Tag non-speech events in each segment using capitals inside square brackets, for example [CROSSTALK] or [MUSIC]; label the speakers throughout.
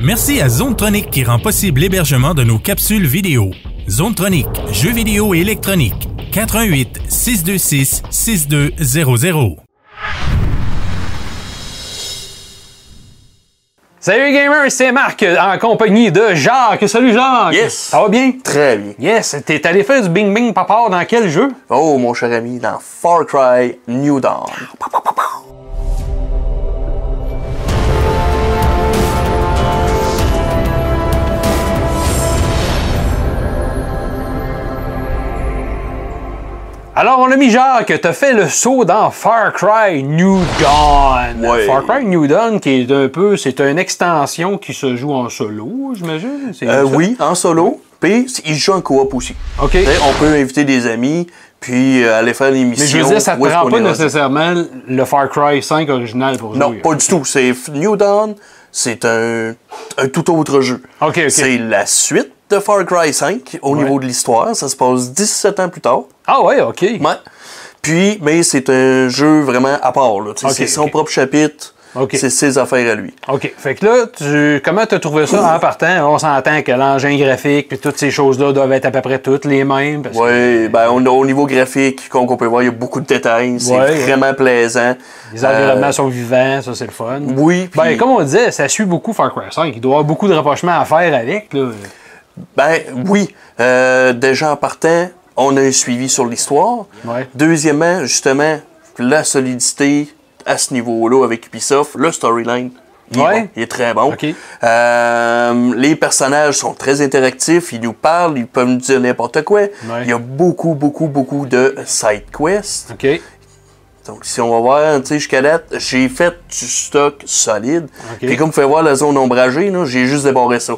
Speaker 1: Merci à Zone Tronic qui rend possible l'hébergement de nos capsules vidéo. Zone Tronic, jeux vidéo et électronique. 88 626 6200.
Speaker 2: Salut les gamers, c'est Marc euh, en compagnie de Jacques. Salut Jacques!
Speaker 3: Yes.
Speaker 2: Ça va bien?
Speaker 3: Très bien.
Speaker 2: Yes, t'es allé faire du bing bing papa dans quel jeu?
Speaker 3: Oh, mon cher ami, dans Far Cry New Dawn.
Speaker 2: Ah, Alors on a mis Jacques, t'as fait le saut dans Far Cry New Dawn.
Speaker 3: Ouais.
Speaker 2: Far Cry New Dawn qui est un peu, c'est une extension qui se joue en solo, j'imagine? C'est
Speaker 3: Euh,
Speaker 2: ça?
Speaker 3: oui, en solo. Puis, il joue en coop aussi.
Speaker 2: Ok.
Speaker 3: Tu sais, On peut inviter des amis, puis euh, aller faire des missions.
Speaker 2: Mais je veux dire, ça
Speaker 3: où
Speaker 2: te
Speaker 3: est-ce
Speaker 2: prend
Speaker 3: qu'on
Speaker 2: pas
Speaker 3: est rendu.
Speaker 2: nécessairement le Far Cry 5 original pour
Speaker 3: Non,
Speaker 2: jouer.
Speaker 3: pas du tout. C'est F- New Dawn, c'est un, un tout autre jeu.
Speaker 2: Ok, Ah, ok.
Speaker 3: C'est la suite de Far Cry 5 au niveau de l'histoire. Ça se passe 17 ans plus tard.
Speaker 2: Ah ouais, ok.
Speaker 3: Ouais. Puis, mais c'est un jeu vraiment à part. là. Tu sais,
Speaker 2: Ok,
Speaker 3: c'est son
Speaker 2: ok.
Speaker 3: propre chapitre.
Speaker 2: Ok.
Speaker 3: C'est ses affaires à lui.
Speaker 2: OK. Fait que là, tu, comment t'as trouvé ça en partant? On s'entend que l'engin graphique puis toutes ces choses-là doivent être à peu près toutes les mêmes. parce que-
Speaker 3: Oui, ben, on, au niveau graphique, comme on peut voir, il y a beaucoup de détails. C'est
Speaker 2: Ouais, ouais.
Speaker 3: vraiment plaisant.
Speaker 2: Les environnements sont vivants, ça c'est le fun.
Speaker 3: Euh, oui,
Speaker 2: Ben,
Speaker 3: puis-
Speaker 2: comme on disait, ça suit beaucoup Far Cry 5. Il doit y avoir beaucoup de rapprochements à faire avec. Là.
Speaker 3: Euh, ben oui, euh, déjà en partant, on a un suivi sur l'histoire.
Speaker 2: Ouais.
Speaker 3: Deuxièmement, justement, la solidité à ce niveau-là avec Ubisoft, le storyline. Il, est
Speaker 2: Ouais.
Speaker 3: bon, il est très bon.
Speaker 2: Ok.
Speaker 3: Euh, les personnages sont très interactifs, ils nous parlent, ils peuvent nous dire n'importe quoi. Il y a beaucoup, beaucoup, beaucoup de side quests.
Speaker 2: OK.
Speaker 3: Donc, si on va voir, tu sais, jusqu'à date, j'ai fait du stock solide.
Speaker 2: Ok.
Speaker 3: Puis comme vous pouvez voir la zone ombragée, là, j'ai juste débarré ça.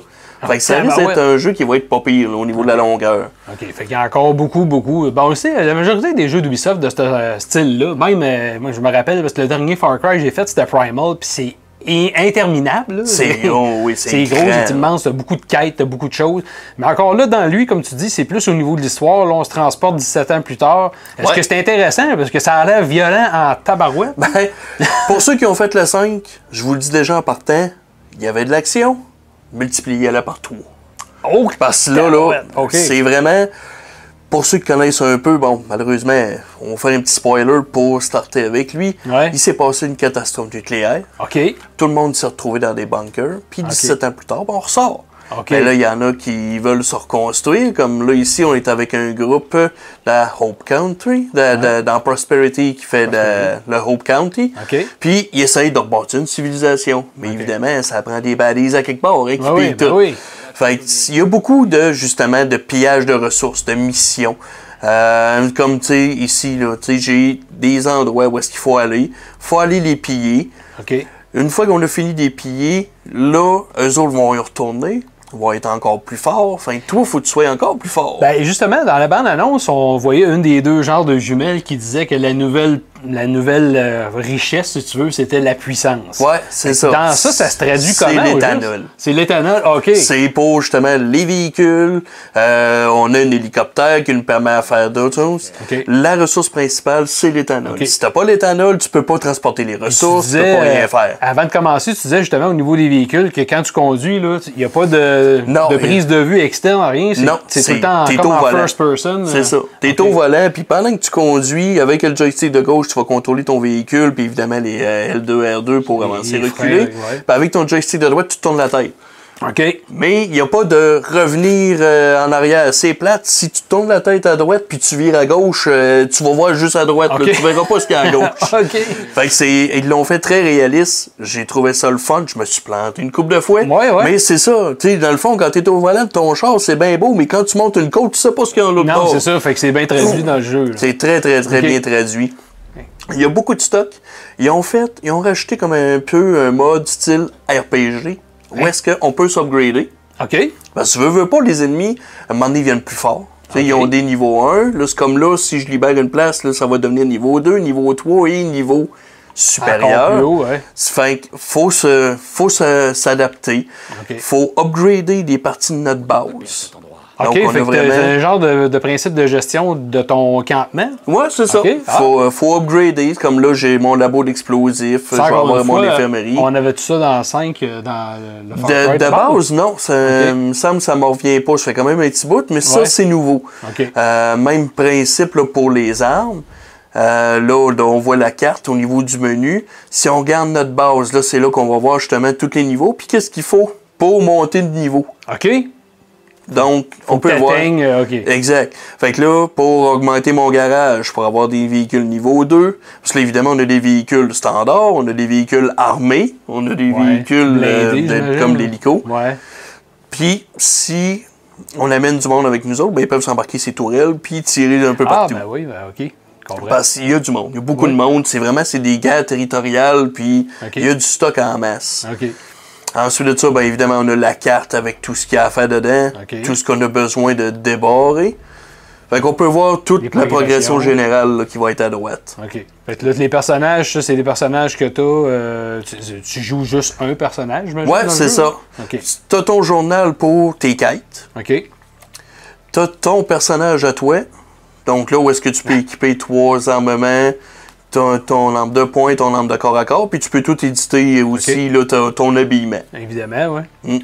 Speaker 3: Fait que ça risque
Speaker 2: Ah, tabarouette.
Speaker 3: d'être un jeu qui va être pas pire là, au niveau de
Speaker 2: [LAUGHS]
Speaker 3: la longueur.
Speaker 2: OK. Fait qu'il y a encore beaucoup, beaucoup. Ben, aussi, la majorité des jeux d'Ubisoft de ce euh, style-là, même, euh, moi je me rappelle, parce que le dernier Far Cry que j'ai fait, c'était Primal, puis c'est i- interminable. là.
Speaker 3: C'est [LAUGHS] long, oui, c'est
Speaker 2: gros,
Speaker 3: grand,
Speaker 2: c'est
Speaker 3: là.
Speaker 2: immense, t'as beaucoup de quêtes, t'as beaucoup de choses. Mais encore là, dans lui, comme tu dis, c'est plus au niveau de l'histoire. Là, on se transporte 17 ans plus tard. Est-ce
Speaker 3: Ouais.
Speaker 2: que c'est intéressant? Parce que ça a l'air violent en tabarouette.
Speaker 3: Ben, pour ceux qui ont fait le 5, je vous le dis déjà en partant, il y avait de l'action, multipliez-la par trois.
Speaker 2: Oh,
Speaker 3: Parce que là, là,
Speaker 2: Ok.
Speaker 3: c'est vraiment. Pour ceux qui connaissent un peu, bon, malheureusement, on va faire un petit spoiler pour starter avec lui.
Speaker 2: Ouais.
Speaker 3: Il s'est passé une catastrophe nucléaire.
Speaker 2: OK.
Speaker 3: Tout le monde s'est retrouvé dans des bunkers. Puis 17 ans plus tard, ben, on ressort.
Speaker 2: Ok.
Speaker 3: Mais là, il y en a qui veulent se reconstruire. Comme là, ici, on est avec un groupe de la Hope Country, de- de- dans Prosperity, qui fait de- le Hope County.
Speaker 2: Ok.
Speaker 3: Puis, ils essayent de rebâtir une civilisation. Mais évidemment, ça prend des balises à quelque part, hein, qui
Speaker 2: Ben oui,
Speaker 3: pillent tout.
Speaker 2: ben oui.
Speaker 3: Fait que, il y a beaucoup de, justement, de pillage de ressources, de missions. Euh, comme, tu sais, ici, là, tu sais, j'ai des endroits où est-ce qu'il faut aller. faut aller les piller.
Speaker 2: OK.
Speaker 3: Une fois qu'on a fini des piller, là, eux autres vont y retourner, vont être encore plus forts. Enfin, toi, faut que tu sois encore plus fort.
Speaker 2: Ben justement, dans la bande-annonce, on voyait une des deux genres de jumelles qui disait que la nouvelle, la nouvelle euh, richesse, si tu veux, c'était la puissance.
Speaker 3: ouais, c'est ça.
Speaker 2: Dans ça, ça se traduit comment? au
Speaker 3: C'est
Speaker 2: juste?
Speaker 3: l'éthanol.
Speaker 2: C'est l'éthanol, OK.
Speaker 3: C'est pour justement les véhicules. Euh, on a un hélicoptère qui nous permet de faire d'autres choses.
Speaker 2: Ok.
Speaker 3: La ressource principale, c'est l'éthanol.
Speaker 2: Ok.
Speaker 3: Si t'as pas l'éthanol, tu peux pas transporter les
Speaker 2: Tu
Speaker 3: ressources, tu,
Speaker 2: disais,
Speaker 3: peux pas rien
Speaker 2: euh,
Speaker 3: faire.
Speaker 2: Avant de commencer, tu disais justement au niveau des véhicules que quand tu conduis, il n'y a pas de,
Speaker 3: Non,
Speaker 2: de
Speaker 3: il-
Speaker 2: prise de vue externe, rien. C'est-
Speaker 3: Non,
Speaker 2: c'est tout le temps
Speaker 3: t'es
Speaker 2: comme
Speaker 3: au
Speaker 2: en
Speaker 3: volant.
Speaker 2: first person. euh,
Speaker 3: C'est ça. T'es
Speaker 2: ok.
Speaker 3: au volant, puis pendant que tu conduis, avec le joystick de gauche, tu vas contrôler ton véhicule, puis évidemment les euh, L2, R2 pour avancer,
Speaker 2: freins,
Speaker 3: reculer.
Speaker 2: ouais.
Speaker 3: Puis avec ton joystick de droite, tu tournes la tête.
Speaker 2: OK. [LAUGHS]
Speaker 3: Mais il n'y a pas de revenir euh, en arrière. C'est plate. Si tu tournes la tête à droite, puis tu vires à gauche, euh, tu vas voir juste à droite. là.
Speaker 2: Ok.
Speaker 3: tu verras pas ce
Speaker 2: [LAUGHS]
Speaker 3: qu'il y a à gauche.
Speaker 2: OK.
Speaker 3: Fait que c'est, ils l'ont fait très réaliste. J'ai trouvé ça le fun. Je me suis planté une coupe de fois.
Speaker 2: Ouais, ouais.
Speaker 3: Mais c'est ça. Tu sais, dans le fond, quand t'es au volant de ton char, c'est bien beau, mais quand tu montes une côte, tu sais pas ce qu'il y a en l'autre
Speaker 2: Non,
Speaker 3: bord.
Speaker 2: c'est ça, fait que c'est bien traduit dans le jeu. là.
Speaker 3: C'est très, très, très
Speaker 2: Ok.
Speaker 3: bien traduit. Il y a beaucoup de stock. Ils ont fait, ils ont rajouté comme un peu un mode style RPG où est-ce qu'on peut s'upgrader.
Speaker 2: OK.
Speaker 3: Parce que tu veux, veux pas, les ennemis, à un moment donné, ils viennent plus forts. Tu sais, Ils ont des niveaux 1. Là, c'est comme là, si je libère une place, là, ça va devenir niveau 2, niveau 3 et niveau
Speaker 2: Encore
Speaker 3: supérieur.
Speaker 2: plus haut, ouais.
Speaker 3: Fait que faut se, faut se- s'adapter.
Speaker 2: Ok.
Speaker 3: Faut upgrader des parties de notre base.
Speaker 2: OK, fait que t'as- t'as un genre de, de principe de gestion de ton campement.
Speaker 3: Ouais, c'est ça.
Speaker 2: Ok, ah.
Speaker 3: Faut, euh, faut upgrader. Comme là, j'ai mon labo d'explosifs, je vais
Speaker 2: Ça, encore
Speaker 3: avoir
Speaker 2: une
Speaker 3: mon
Speaker 2: fois,
Speaker 3: infirmerie.
Speaker 2: On avait tout ça dans 5, dans le- le Far
Speaker 3: De,
Speaker 2: Cry
Speaker 3: de base, non, ça
Speaker 2: Ok.
Speaker 3: me semble que ça me revient pas. Je fais quand même un petit bout, mais ça,
Speaker 2: Ouais.
Speaker 3: c'est nouveau.
Speaker 2: Ok.
Speaker 3: Euh, même principe là, pour les armes. Euh, là, là, on voit la carte au niveau du menu. Si on regarde notre base, là, c'est là qu'on va voir justement tous les niveaux. Puis qu'est-ce qu'il faut pour monter de niveau.
Speaker 2: OK.
Speaker 3: Donc, on peut voir.
Speaker 2: T'atteignes, euh, OK.
Speaker 3: Exact. Fait que là, pour augmenter mon garage, pour avoir des véhicules niveau 2, parce que là, évidemment, on a des véhicules standards, on a des véhicules armés, on a des
Speaker 2: Ouais.
Speaker 3: véhicules euh,
Speaker 2: Blindés,
Speaker 3: de-
Speaker 2: j'imagine.
Speaker 3: comme l'hélico.
Speaker 2: Ouais.
Speaker 3: Puis, si on amène du monde avec nous autres, ben, ils peuvent s'embarquer ces tourelles, puis tirer un peu
Speaker 2: Ah,
Speaker 3: partout.
Speaker 2: ben oui, ben OK. Je comprends.
Speaker 3: Parce qu'il y a du monde, il y a beaucoup
Speaker 2: Oui.
Speaker 3: de monde, c'est vraiment c'est des guerres territoriales, puis
Speaker 2: Ok.
Speaker 3: il y a du stock en masse.
Speaker 2: OK.
Speaker 3: Ensuite de ça, ben, évidemment, on a la carte avec tout ce qu'il y a à faire dedans,
Speaker 2: Ok.
Speaker 3: tout ce qu'on a besoin de débarrer. Fait qu'on peut voir
Speaker 2: Les
Speaker 3: toute la
Speaker 2: progressions.
Speaker 3: progression générale là, qui va être à droite.
Speaker 2: OK. Fait que là, les personnages, ça, c'est des personnages que t'as. euh, tu, tu- tu joues juste un personnage, j'imagine, dans
Speaker 3: Ouais,
Speaker 2: le
Speaker 3: c'est
Speaker 2: jeu?
Speaker 3: ça.
Speaker 2: OK.
Speaker 3: T'as ton journal pour tes quêtes.
Speaker 2: OK.
Speaker 3: T'as ton personnage à toi. Donc là, où est-ce que tu peux équiper trois armements, ton, ton arme de poing, ton arme de corps à corps, puis tu peux tout éditer aussi là, t'as ton habillement.
Speaker 2: Évidemment, ouais.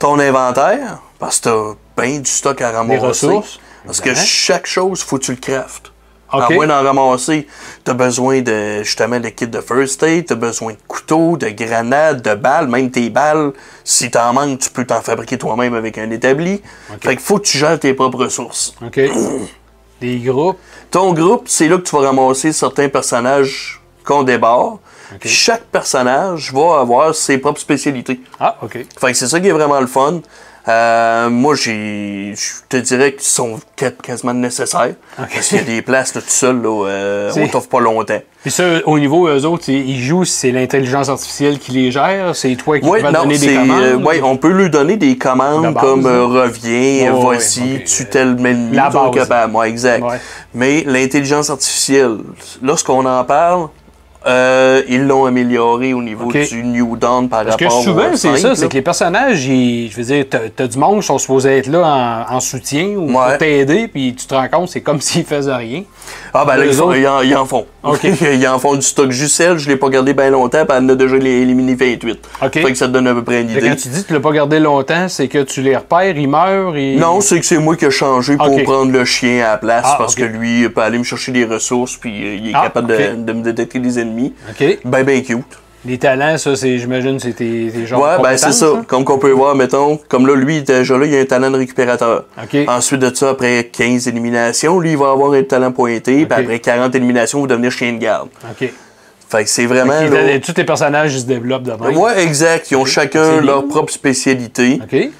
Speaker 3: ton inventaire, parce que t'as bien du stock à ramasser.
Speaker 2: Des ressources,
Speaker 3: Parce que
Speaker 2: évidemment.
Speaker 3: chaque chose, faut que tu le craftes.
Speaker 2: OK.
Speaker 3: En moins d'en ramasser, t'as besoin de justement de kits de first aid, t'as besoin de couteaux, de grenades, de balles, même tes balles. Si t'en manques, tu peux t'en fabriquer toi-même avec un établi. Fait que faut que tu gères tes propres ressources.
Speaker 2: OK. des groupes.
Speaker 3: Ton groupe, c'est là que tu vas ramasser certains personnages qu'on débarre. Puis Chaque personnage va avoir ses propres spécialités.
Speaker 2: Ah, OK.
Speaker 3: Fait que c'est ça qui est vraiment le fun. Euh, moi, j'ai, je te dirais qu'ils sont quas- quasiment nécessaires. Parce qu'il y a des places là, tout seul, là, euh,
Speaker 2: C'est-
Speaker 3: on t'offre pas longtemps.
Speaker 2: Puis ça, au niveau, eux autres, ils ils jouent, c'est l'intelligence artificielle qui les gère, c'est toi qui
Speaker 3: Oui,
Speaker 2: vas
Speaker 3: non,
Speaker 2: donner des
Speaker 3: c'est,
Speaker 2: commandes.
Speaker 3: euh, ouais, on peut lui donner des
Speaker 2: La
Speaker 3: commandes
Speaker 2: base,
Speaker 3: comme euh,
Speaker 2: là. Ouais,
Speaker 3: reviens,
Speaker 2: ouais,
Speaker 3: voici,
Speaker 2: ouais, ok.
Speaker 3: tu tel ennemi,
Speaker 2: La
Speaker 3: donc,
Speaker 2: base.
Speaker 3: ben, moi, exact.
Speaker 2: Ouais.
Speaker 3: Mais l'intelligence artificielle, lorsqu'on en parle, euh, ils l'ont amélioré au niveau
Speaker 2: Ok.
Speaker 3: du New Dawn par
Speaker 2: Parce que
Speaker 3: rapport
Speaker 2: souvent,
Speaker 3: au
Speaker 2: c'est
Speaker 3: cinq,
Speaker 2: ça,
Speaker 3: là.
Speaker 2: c'est que les personnages, ils- je veux dire, t'as, t'as du monde qui sont supposés être là en, en soutien ou
Speaker 3: Ouais.
Speaker 2: pour t'aider, puis tu te rends compte, c'est comme [LAUGHS] s'ils faisaient rien.
Speaker 3: Ah ben là,
Speaker 2: Les
Speaker 3: ils, font-
Speaker 2: autres-
Speaker 3: ils en, ils en font. [LAUGHS]
Speaker 2: Ok.
Speaker 3: ils en font du stock Jussel, je l'ai pas gardé bien longtemps, puis elle en a déjà les- éliminé 28.
Speaker 2: Ok.
Speaker 3: Fait que ça te donne à peu près une
Speaker 2: Fait que
Speaker 3: idée.
Speaker 2: quand tu dis que tu l'as pas gardé longtemps, c'est que tu les repères, ils meurent et.
Speaker 3: Non, c'est que c'est moi qui ai changé pour
Speaker 2: Ok.
Speaker 3: prendre le chien à la place
Speaker 2: Ah,
Speaker 3: parce
Speaker 2: ok.
Speaker 3: que lui, il peut aller me chercher des ressources puis euh, il est
Speaker 2: Ah,
Speaker 3: capable de-
Speaker 2: ok.
Speaker 3: de, me détecter des ennemis.
Speaker 2: OK.
Speaker 3: Ben ben cute.
Speaker 2: Les talents, ça, c'est, j'imagine, c'est tes, tes genres de
Speaker 3: Ouais, ben c'est
Speaker 2: compétences,
Speaker 3: ça. Comme qu'on peut voir, mettons, comme là, lui, déjà là, il a un talent de récupérateur.
Speaker 2: OK.
Speaker 3: Ensuite de ça, après 15 éliminations, lui, il va avoir un talent pointé,
Speaker 2: Ok.
Speaker 3: puis après 40 éliminations, il va devenir chien de garde.
Speaker 2: hein? OK.
Speaker 3: Fait que c'est vraiment.
Speaker 2: Puis,
Speaker 3: là-
Speaker 2: les- tous tes personnages, ils se développent de même.
Speaker 3: Ouais, exact. Ils ont
Speaker 2: C'est
Speaker 3: chacun leur
Speaker 2: bien. Ah.
Speaker 3: propre spécialité.
Speaker 2: OK.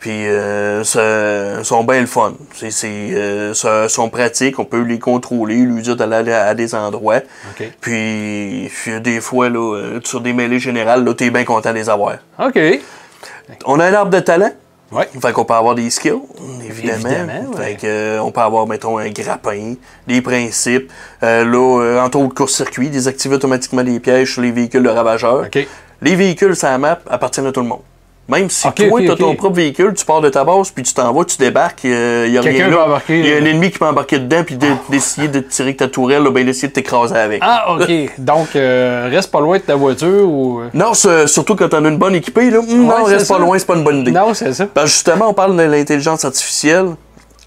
Speaker 3: Puis, euh, ça- sont bien le fun. C'est, c'est, euh, ça- sont pratiques. On peut les contrôler, lui dire d'aller à, à des endroits.
Speaker 2: OK.
Speaker 3: Puis, puis des fois, là, euh, sur des mêlées générales, là, t'es bien content de les avoir.
Speaker 2: OK.
Speaker 3: On a un arbre de talent.
Speaker 2: Ouais.
Speaker 3: Fait qu'on peut avoir des skills, évidemment.
Speaker 2: Évidemment, ouais.
Speaker 3: Fait que, euh, on peut avoir, mettons, un grappin, des principes. Euh, là, euh, entre autres, court-circuit, désactiver automatiquement les pièges sur les véhicules de ravageurs.
Speaker 2: OK.
Speaker 3: Les véhicules sur la map appartiennent à tout le monde. Même si
Speaker 2: Ok,
Speaker 3: toi,
Speaker 2: ok,
Speaker 3: tu as
Speaker 2: ok.
Speaker 3: ton propre véhicule, tu pars de ta base, puis tu t'en vas, tu débarques, il y a
Speaker 2: Quelqu'un
Speaker 3: rien
Speaker 2: peut
Speaker 3: là.
Speaker 2: embarquer,
Speaker 3: Il y a un
Speaker 2: là.
Speaker 3: ennemi qui peut embarquer dedans, puis dé- d'essayer de tirer avec ta tourelle, là, ben, d'essayer de t'écraser avec.
Speaker 2: Ah, OK. Donc, euh, reste pas loin de ta voiture ou. euh,
Speaker 3: Non, c'est- surtout quand t'en as une bonne équipée, là, hum,
Speaker 2: Ouais,
Speaker 3: non,
Speaker 2: c'est
Speaker 3: reste
Speaker 2: ça.
Speaker 3: pas loin, c'est pas une bonne idée.
Speaker 2: Non, c'est ça.
Speaker 3: Parce que justement, on parle de l'intelligence artificielle.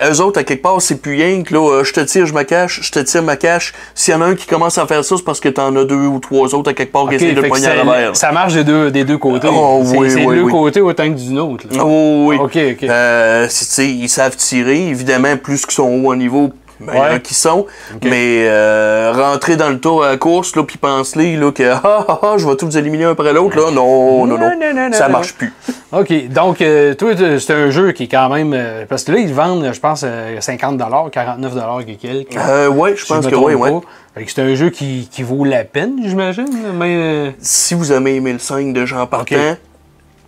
Speaker 3: Eux autres, à quelque part, c'est plus rien que là, euh, je te tire, je me cache, je te tire, je me cache. S'il y en a un qui commence à faire ça, c'est parce que t'en as deux ou trois autres à quelque part qui
Speaker 2: OK,
Speaker 3: essayent de
Speaker 2: fait
Speaker 3: le
Speaker 2: que
Speaker 3: poigner à
Speaker 2: ça-
Speaker 3: l'envers.
Speaker 2: Ça marche des deux, des deux côtés.
Speaker 3: Oh,
Speaker 2: c'est
Speaker 3: oui,
Speaker 2: c'est
Speaker 3: oui,
Speaker 2: deux
Speaker 3: oui.
Speaker 2: côtés autant que d'une autre. là.
Speaker 3: Oh, oui, oui.
Speaker 2: Ok, ok.
Speaker 3: Euh, c'est- tu sais, ils savent tirer. Évidemment, plus qu'ils sont hauts en niveau, ben, il y en a
Speaker 2: Ouais.
Speaker 3: qui sont. Mais euh, rentrer dans le tour à la course, là, puis penser là, que [LAUGHS] ah, ah, ah, je vais tous vous éliminer un après l'autre, là, non, non, non,
Speaker 2: Non, non, non,
Speaker 3: ça
Speaker 2: non,
Speaker 3: marche plus.
Speaker 2: OK. Donc, euh, toi, t- c'est un jeu qui est quand même. euh, parce que là, ils vendent, je pense, euh, 50 49 et quelques.
Speaker 3: Euh, ouais, je
Speaker 2: si
Speaker 3: pense
Speaker 2: me
Speaker 3: que
Speaker 2: trompe
Speaker 3: oui, ouais.
Speaker 2: pas. Fait que c'est un jeu qui, qui vaut la peine, j'imagine. là, Mais. euh,
Speaker 3: Si vous aimez 1005 de Jean Partant,
Speaker 2: Ok.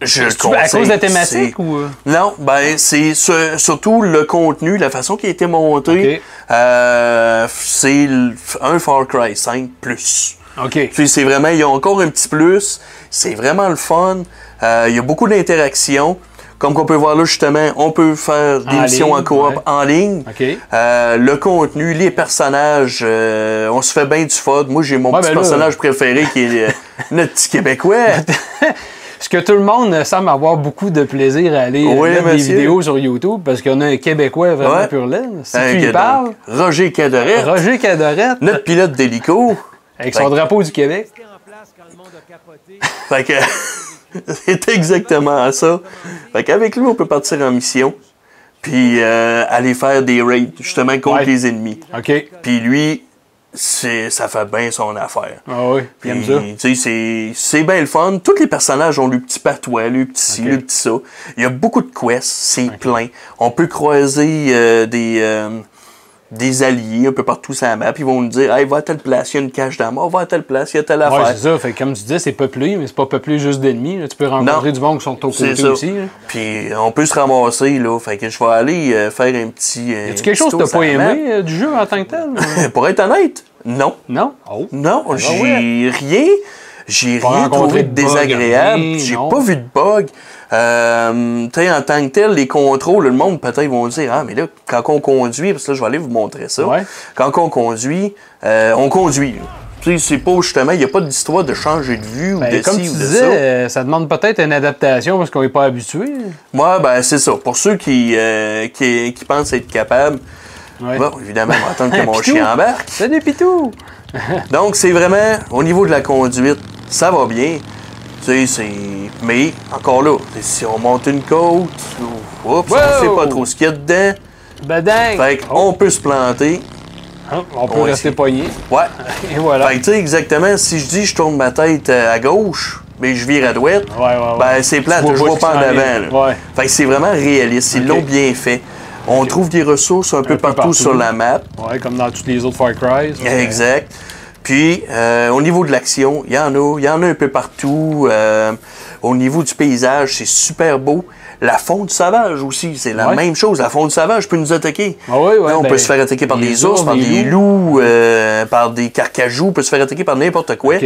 Speaker 3: je le
Speaker 2: c'est-tu à
Speaker 3: conseille.
Speaker 2: cause de la thématique
Speaker 3: C'est-
Speaker 2: ou. euh?
Speaker 3: Non, ben c'est sur- surtout le contenu, la façon qui a été monté.
Speaker 2: Ok.
Speaker 3: euh, c'est l- un Far Cry 5 plus.
Speaker 2: OK.
Speaker 3: Puis c'est vraiment, il y a encore un petit plus. C'est vraiment le fun. Euh, il y a beaucoup d'interactions. Comme qu'on peut voir là, justement, on peut faire des
Speaker 2: En
Speaker 3: missions
Speaker 2: ligne,
Speaker 3: en coop
Speaker 2: ouais.
Speaker 3: en ligne.
Speaker 2: OK. Ouais,
Speaker 3: Euh, le contenu, les personnages, euh, on se fait bien du fun. Moi, j'ai mon
Speaker 2: Ouais,
Speaker 3: petit
Speaker 2: ben là-
Speaker 3: personnage préféré qui est euh,
Speaker 2: [LAUGHS]
Speaker 3: notre petit Québécois.
Speaker 2: Ce que tout le monde euh, semble avoir beaucoup de plaisir à aller euh,
Speaker 3: Oui,
Speaker 2: mettre des
Speaker 3: monsieur.
Speaker 2: vidéos sur YouTube parce qu'on a un Québécois vraiment
Speaker 3: Ouais.
Speaker 2: pur laine. Si
Speaker 3: Hein,
Speaker 2: tu
Speaker 3: qui
Speaker 2: y
Speaker 3: est
Speaker 2: parles,
Speaker 3: donc Roger Cadorette,
Speaker 2: Roger Cadorette,
Speaker 3: notre pilote d'hélico.
Speaker 2: avec son drapeau du Québec.
Speaker 3: Fait que [LAUGHS] c'est exactement ça. Fait qu'avec lui, on peut partir en mission, puis euh, aller faire des raids, justement, contre
Speaker 2: Ouais.
Speaker 3: les ennemis.
Speaker 2: OK.
Speaker 3: Puis lui, c'est ça fait bien son affaire.
Speaker 2: Ah oui, il aime
Speaker 3: Puis,
Speaker 2: ça.
Speaker 3: tu sais, c'est- c'est bien le fun. Tous les personnages ont le petit patois, le petit ci,
Speaker 2: Ok.
Speaker 3: le petit ça. Il y a beaucoup de quests, c'est plein. On peut croiser euh, des, euh, des alliés un peu partout sur la map. Ils vont nous dire Hey, va à telle place, il y a une cache d'armes. Va à telle place, il y a telle
Speaker 2: Ouais,
Speaker 3: affaire.
Speaker 2: c'est ça. Fait que comme tu dis, c'est peuplé, mais c'est pas peuplé juste d'ennemis. là. Tu peux rencontrer
Speaker 3: Non.
Speaker 2: du monde qui sont au
Speaker 3: C'est
Speaker 2: côté
Speaker 3: ça.
Speaker 2: aussi. hein. là.
Speaker 3: Puis euh, on peut se ramasser, là. Fait que je vais aller euh, faire un petit. euh,
Speaker 2: Y a-tu quelque chose que
Speaker 3: tour
Speaker 2: t'as
Speaker 3: sur
Speaker 2: pas
Speaker 3: la map.
Speaker 2: aimé euh, du jeu en tant que tel? ou-
Speaker 3: Pour être honnête, non.
Speaker 2: non? Oh.
Speaker 3: Non, j'ai
Speaker 2: ouais.
Speaker 3: rien. J'ai
Speaker 2: Pas
Speaker 3: rien
Speaker 2: rencontré
Speaker 3: trouvé
Speaker 2: de
Speaker 3: de
Speaker 2: bug, rien,
Speaker 3: désagréable. J'ai
Speaker 2: non.
Speaker 3: pas vu de bug. Euh, tu sais, en tant que tel, les contrôles, le monde peut-être vont dire Ah, mais là, quand on conduit, parce que là, je vais aller vous montrer ça.
Speaker 2: Ouais.
Speaker 3: Quand on conduit, euh, on conduit. là. Tu sais, c'est pas justement, il n'y a pas d'histoire de changer de vue ou
Speaker 2: Ben,
Speaker 3: de
Speaker 2: comme
Speaker 3: ci
Speaker 2: tu
Speaker 3: ou de
Speaker 2: disais,
Speaker 3: ça.
Speaker 2: euh, ça demande peut-être une adaptation parce qu'on n'est pas habitué.
Speaker 3: Moi, ben, c'est ça. Pour ceux qui, euh, qui, qui pensent être capables,
Speaker 2: Ouais.
Speaker 3: bon, évidemment, on va attendre
Speaker 2: [LAUGHS]
Speaker 3: que mon
Speaker 2: Pitou.
Speaker 3: chien embarque.
Speaker 2: Salut Pitou!
Speaker 3: Donc, c'est vraiment, au niveau de la conduite, ça va bien. Tu sais, c'est. Mais, encore là, si on monte une côte, ou- oups, on
Speaker 2: Wow!
Speaker 3: sait pas trop ce qu'il y a dedans.
Speaker 2: Badang!
Speaker 3: Fait qu'on peut se planter.
Speaker 2: Hein, on peut
Speaker 3: Ouais,
Speaker 2: rester
Speaker 3: c'est-
Speaker 2: poigné.
Speaker 3: Ouais.
Speaker 2: Et voilà.
Speaker 3: Fait que, tu sais, exactement, si je dis je tourne ma tête euh, à gauche, mais je vire à droite,
Speaker 2: Ouais, ouais, ouais.
Speaker 3: ben, c'est plate,
Speaker 2: Tu vois
Speaker 3: je
Speaker 2: pas
Speaker 3: vois
Speaker 2: ce qui
Speaker 3: pas en
Speaker 2: s'en vient.
Speaker 3: avant. là.
Speaker 2: Ouais.
Speaker 3: Fait que c'est vraiment réaliste, ils
Speaker 2: Ok.
Speaker 3: l'ont bien fait. On trouve des ressources un peu,
Speaker 2: peu
Speaker 3: partout,
Speaker 2: partout.
Speaker 3: sur la map.
Speaker 2: Ouais, comme dans tous les autres Far Cry. ça, c'est-
Speaker 3: Exact. Puis, euh, au niveau de l'action, il y en a, il y en a un peu partout. Euh, au niveau du paysage, c'est super beau. La faune sauvage aussi, c'est la
Speaker 2: Ouais.
Speaker 3: même chose. La faune sauvage peut nous attaquer.
Speaker 2: Ah oui, ouais,
Speaker 3: Là, on
Speaker 2: ben,
Speaker 3: peut se faire attaquer par
Speaker 2: des
Speaker 3: des ours,
Speaker 2: ours,
Speaker 3: par
Speaker 2: des
Speaker 3: des loups, euh, par des carcajous. On peut se faire attaquer par n'importe quoi.
Speaker 2: Ok.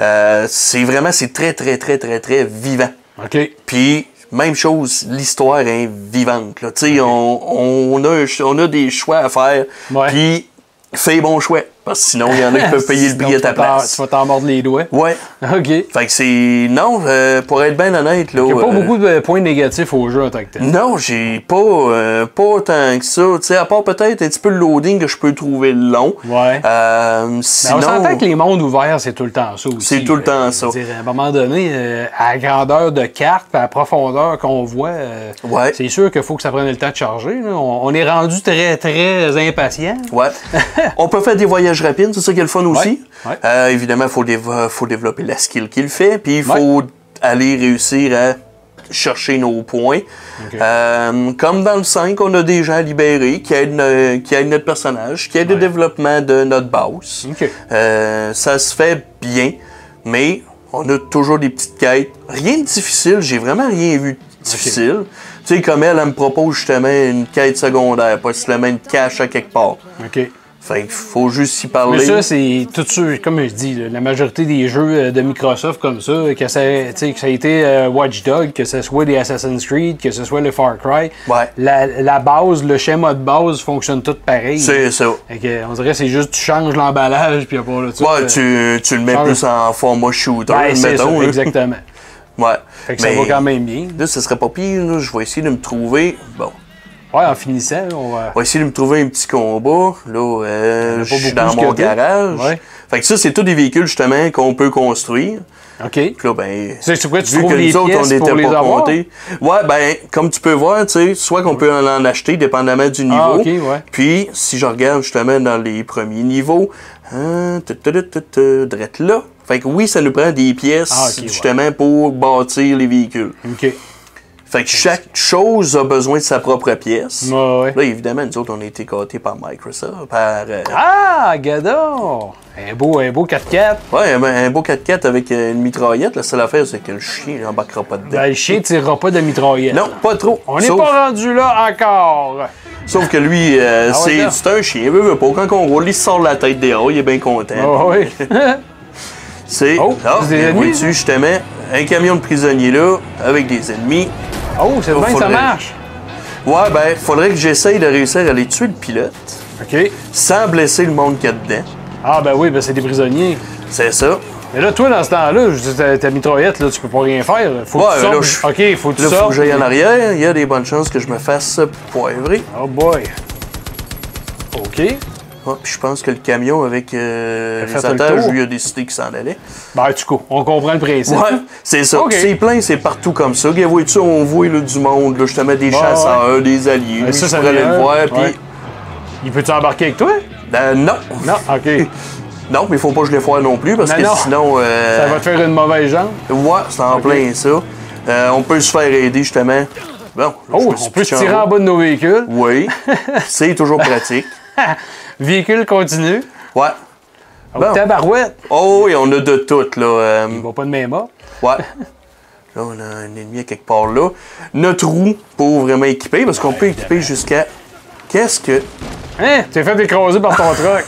Speaker 3: Euh, c'est vraiment, c'est très, très, très, très, très vivant.
Speaker 2: OK.
Speaker 3: Puis, même chose, l'histoire est vivante. là. Tu sais, on, on, a, un ch- on a des choix à faire.
Speaker 2: Ouais.
Speaker 3: Puis, fais bon choix. Parce que sinon, il y en a
Speaker 2: [LAUGHS]
Speaker 3: qui peuvent payer le
Speaker 2: Sinon,
Speaker 3: billet à
Speaker 2: tu
Speaker 3: ta
Speaker 2: vas t'en-
Speaker 3: place.
Speaker 2: Tu vas t'en mordre les doigts.
Speaker 3: Ouais.
Speaker 2: OK. Il
Speaker 3: Fait que c'est. Non, euh, pour être bien honnête, là.
Speaker 2: n'y a pas
Speaker 3: euh,
Speaker 2: beaucoup de points négatifs au jeu en tant que tel.
Speaker 3: Non, j'ai pas, euh, pas tant que ça. Tu sais, à part peut-être un petit peu le loading que je peux trouver long.
Speaker 2: Ouais.
Speaker 3: Euh,
Speaker 2: Ben,
Speaker 3: sinon.
Speaker 2: on s'entend que les mondes ouverts, c'est tout le temps ça aussi.
Speaker 3: C'est tout le
Speaker 2: là.
Speaker 3: temps ça.
Speaker 2: Je veux dire, à un moment donné, euh, à la grandeur de carte, puis à la profondeur qu'on voit, euh,
Speaker 3: Ouais.
Speaker 2: c'est sûr qu'il faut que ça prenne le temps de charger. là. On, on est rendu très, très impatient.
Speaker 3: Ouais. On peut faire des voyages rapides, c'est ça qui est le fun aussi.
Speaker 2: ouais.
Speaker 3: Euh, évidemment, il faut, dévo- faut développer la skill qu'il fait, puis il faut aller réussir à chercher nos points.
Speaker 2: Ok.
Speaker 3: Euh, comme dans le 5, on a des gens libérés qui aident, no- qui aident notre personnage, qui aident le développement de notre boss.
Speaker 2: Ok.
Speaker 3: Euh, ça se fait bien, mais on a toujours des petites quêtes. Rien de difficile, j'ai vraiment rien vu de difficile. Tu sais, comme elle, elle me propose justement une quête secondaire, possiblement une cache à quelque part.
Speaker 2: OK.
Speaker 3: Fait qu'il faut juste y
Speaker 2: Mais
Speaker 3: parler.
Speaker 2: ça, c'est tout sûr, comme je dis, là, la majorité des jeux euh, de Microsoft comme ça, que ça, tu sais, que ça a été euh, Watch Dogs, que ce soit des Assassin's Creed, que ce soit le Far Cry,
Speaker 3: Ouais.
Speaker 2: la, la base, le schéma de base fonctionne tout pareil.
Speaker 3: C'est ça.
Speaker 2: Fait que, on dirait que c'est juste tu changes l'emballage, puis à part là,
Speaker 3: Ouais, tu, tu le mets
Speaker 2: change.
Speaker 3: plus en format shooter,
Speaker 2: Ben, c'est
Speaker 3: mettons.
Speaker 2: ça,
Speaker 3: là.
Speaker 2: exactement.
Speaker 3: Ouais.
Speaker 2: Fait que
Speaker 3: Mais
Speaker 2: ça va quand même bien.
Speaker 3: Là, ce serait pas pire. là. Je vais essayer de me trouver. Bon.
Speaker 2: Ouais, en finissant, on va.
Speaker 3: On va essayer de me trouver un petit combat. Là, euh, je suis
Speaker 2: beaucoup
Speaker 3: dans
Speaker 2: ce
Speaker 3: mon
Speaker 2: qu'il y a
Speaker 3: garage.
Speaker 2: Ouais.
Speaker 3: Fait que ça, c'est tous des véhicules, justement, qu'on peut construire.
Speaker 2: OK.
Speaker 3: Puis là, ben.
Speaker 2: C'est c'est pourquoi tu
Speaker 3: Vu
Speaker 2: trouves
Speaker 3: que
Speaker 2: les
Speaker 3: nous autres, on
Speaker 2: pièces pour les
Speaker 3: n'était pas
Speaker 2: avoir.
Speaker 3: comptés. Ouais, ben, comme tu peux voir, tu sais, soit qu'on peut en acheter dépendamment du niveau.
Speaker 2: Ah, ok, ouais.
Speaker 3: Puis, si je regarde justement dans les premiers niveaux, hein, tu- tu- tu- tu- tu- drette là. Fait que oui, ça nous prend des pièces,
Speaker 2: Ah, ok, ouais.
Speaker 3: justement, pour bâtir les véhicules.
Speaker 2: OK. Ouais,
Speaker 3: Fait que chaque chose a besoin de sa propre pièce.
Speaker 2: ouais.
Speaker 3: Là, évidemment, nous autres, on a été gâtés par Microsoft, par... euh,
Speaker 2: Ah, Gador! Un beau, un beau 4x4.
Speaker 3: Ouais, un, un beau 4x4 avec euh, une mitraillette. La seule affaire, c'est que le chien n'embarquera pas dedans.
Speaker 2: Ben, le chien tirera pas de mitraillette.
Speaker 3: non, pas trop.
Speaker 2: Ben, On n'est
Speaker 3: Sauf-
Speaker 2: pas rendu là
Speaker 3: [LAUGHS]
Speaker 2: encore.
Speaker 3: Sauf que lui, euh,
Speaker 2: Ah ouais,
Speaker 3: c'est
Speaker 2: là.
Speaker 3: c'est un chien. Veut, veut pas. Quand on roule, il sort la tête des hauts, il est bien content.
Speaker 2: Ah
Speaker 3: [LAUGHS]
Speaker 2: oui.
Speaker 3: C'est.
Speaker 2: Oh,
Speaker 3: Ah,
Speaker 2: des ennemis. hein?
Speaker 3: vois-tu, justement, un camion de prisonniers là, avec des ennemis.
Speaker 2: Oh, c'est
Speaker 3: Oh,
Speaker 2: bien que ça
Speaker 3: faudrait.
Speaker 2: marche.
Speaker 3: Ouais, ben, faudrait que j'essaye de réussir à les tuer le pilote,
Speaker 2: OK.
Speaker 3: sans blesser le monde qu'il y a dedans.
Speaker 2: Ah, ben oui, ben c'est des prisonniers.
Speaker 3: C'est ça.
Speaker 2: Mais là, toi, dans ce temps-là, je dis, ta, ta mitraillette, là, tu peux pas rien faire. là. Faut que
Speaker 3: Ouais,
Speaker 2: tu
Speaker 3: là,
Speaker 2: sortes.
Speaker 3: je-
Speaker 2: OK, faut que tu
Speaker 3: Là, faut
Speaker 2: sortes.
Speaker 3: que j'aille en arrière. Il y a des bonnes chances que je me fasse poivrer.
Speaker 2: Oh boy. OK.
Speaker 3: Ouais, puis je pense que le camion avec
Speaker 2: Il
Speaker 3: euh,
Speaker 2: a
Speaker 3: les
Speaker 2: fait le
Speaker 3: attaches,
Speaker 2: tour.
Speaker 3: lui, a décidé qu'il s'en allait.
Speaker 2: Ben, du coup, on comprend le principe.
Speaker 3: Ouais, c'est ça.
Speaker 2: Ok.
Speaker 3: C'est plein, c'est partout comme ça. Gars, vois-tu, on voit là, du monde, là, justement des chasseurs, des alliés.
Speaker 2: Ouais,
Speaker 3: Lui,
Speaker 2: Ben, ça,
Speaker 3: je
Speaker 2: ça
Speaker 3: pourrais aller
Speaker 2: vient,
Speaker 3: le voir,
Speaker 2: ouais.
Speaker 3: puis...
Speaker 2: Il peut-tu embarquer avec toi?
Speaker 3: Euh, non.
Speaker 2: Non, OK.
Speaker 3: Euh. Non, mais il faut pas que je les foire non plus, parce
Speaker 2: Non,
Speaker 3: que
Speaker 2: non.
Speaker 3: sinon... euh,
Speaker 2: Ça va te faire une mauvaise jambe.
Speaker 3: Ouais, c'est en plein ça. Euh, on peut se faire aider, justement. Bon, là, je
Speaker 2: Oh,
Speaker 3: me suis
Speaker 2: on peut se
Speaker 3: pitché en
Speaker 2: tirer
Speaker 3: haut.
Speaker 2: en bas de nos véhicules. [LAUGHS]
Speaker 3: Oui, c'est toujours pratique.
Speaker 2: Véhicule continu.
Speaker 3: Ouais.
Speaker 2: Oh,
Speaker 3: Bon.
Speaker 2: tabarouette.
Speaker 3: Oh, et on a de tout, là. euh,
Speaker 2: Il va pas de même up.
Speaker 3: Ouais. Là, on a un ennemi à quelque part là. Notre roue pour vraiment équiper, parce qu'on peut équiper jusqu'à. Qu'est-ce que.
Speaker 2: Hein? T'es fait écraser par ton
Speaker 3: [LAUGHS]
Speaker 2: truck.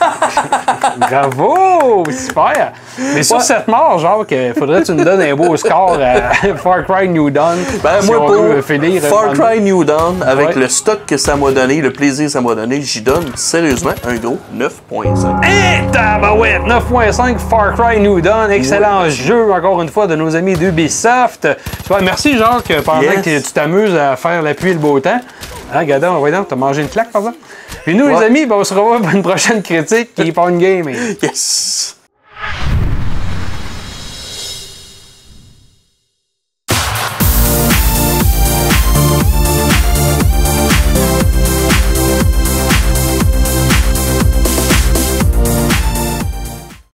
Speaker 2: Bravo! Super! Mais sur
Speaker 3: Ouais.
Speaker 2: cette mort, genre, que faudrait que tu nous donnes un beau score à [LAUGHS] Far Cry New Dawn.
Speaker 3: Ben,
Speaker 2: si
Speaker 3: moi,
Speaker 2: on
Speaker 3: pour
Speaker 2: veut finir,
Speaker 3: Far
Speaker 2: euh,
Speaker 3: Cry New Dawn, avec
Speaker 2: Ouais.
Speaker 3: le stock que ça m'a donné, le plaisir que ça m'a donné, j'y donne sérieusement un gros 9.5.
Speaker 2: Eh, tabarouette! 9.5 Far Cry New Dawn, excellent jeu encore une fois de nos amis d'Ubisoft. Super, Merci Jacques pendant
Speaker 3: Yes.
Speaker 2: que tu t'amuses à faire l'appui et le beau temps. Hein, regardez, on va dire, t'as mangé une claque par exemple. Puis nous
Speaker 3: Ouais.
Speaker 2: les amis, ben, on se revoit pour une prochaine critique qui est pas une game. hein.
Speaker 3: Yes!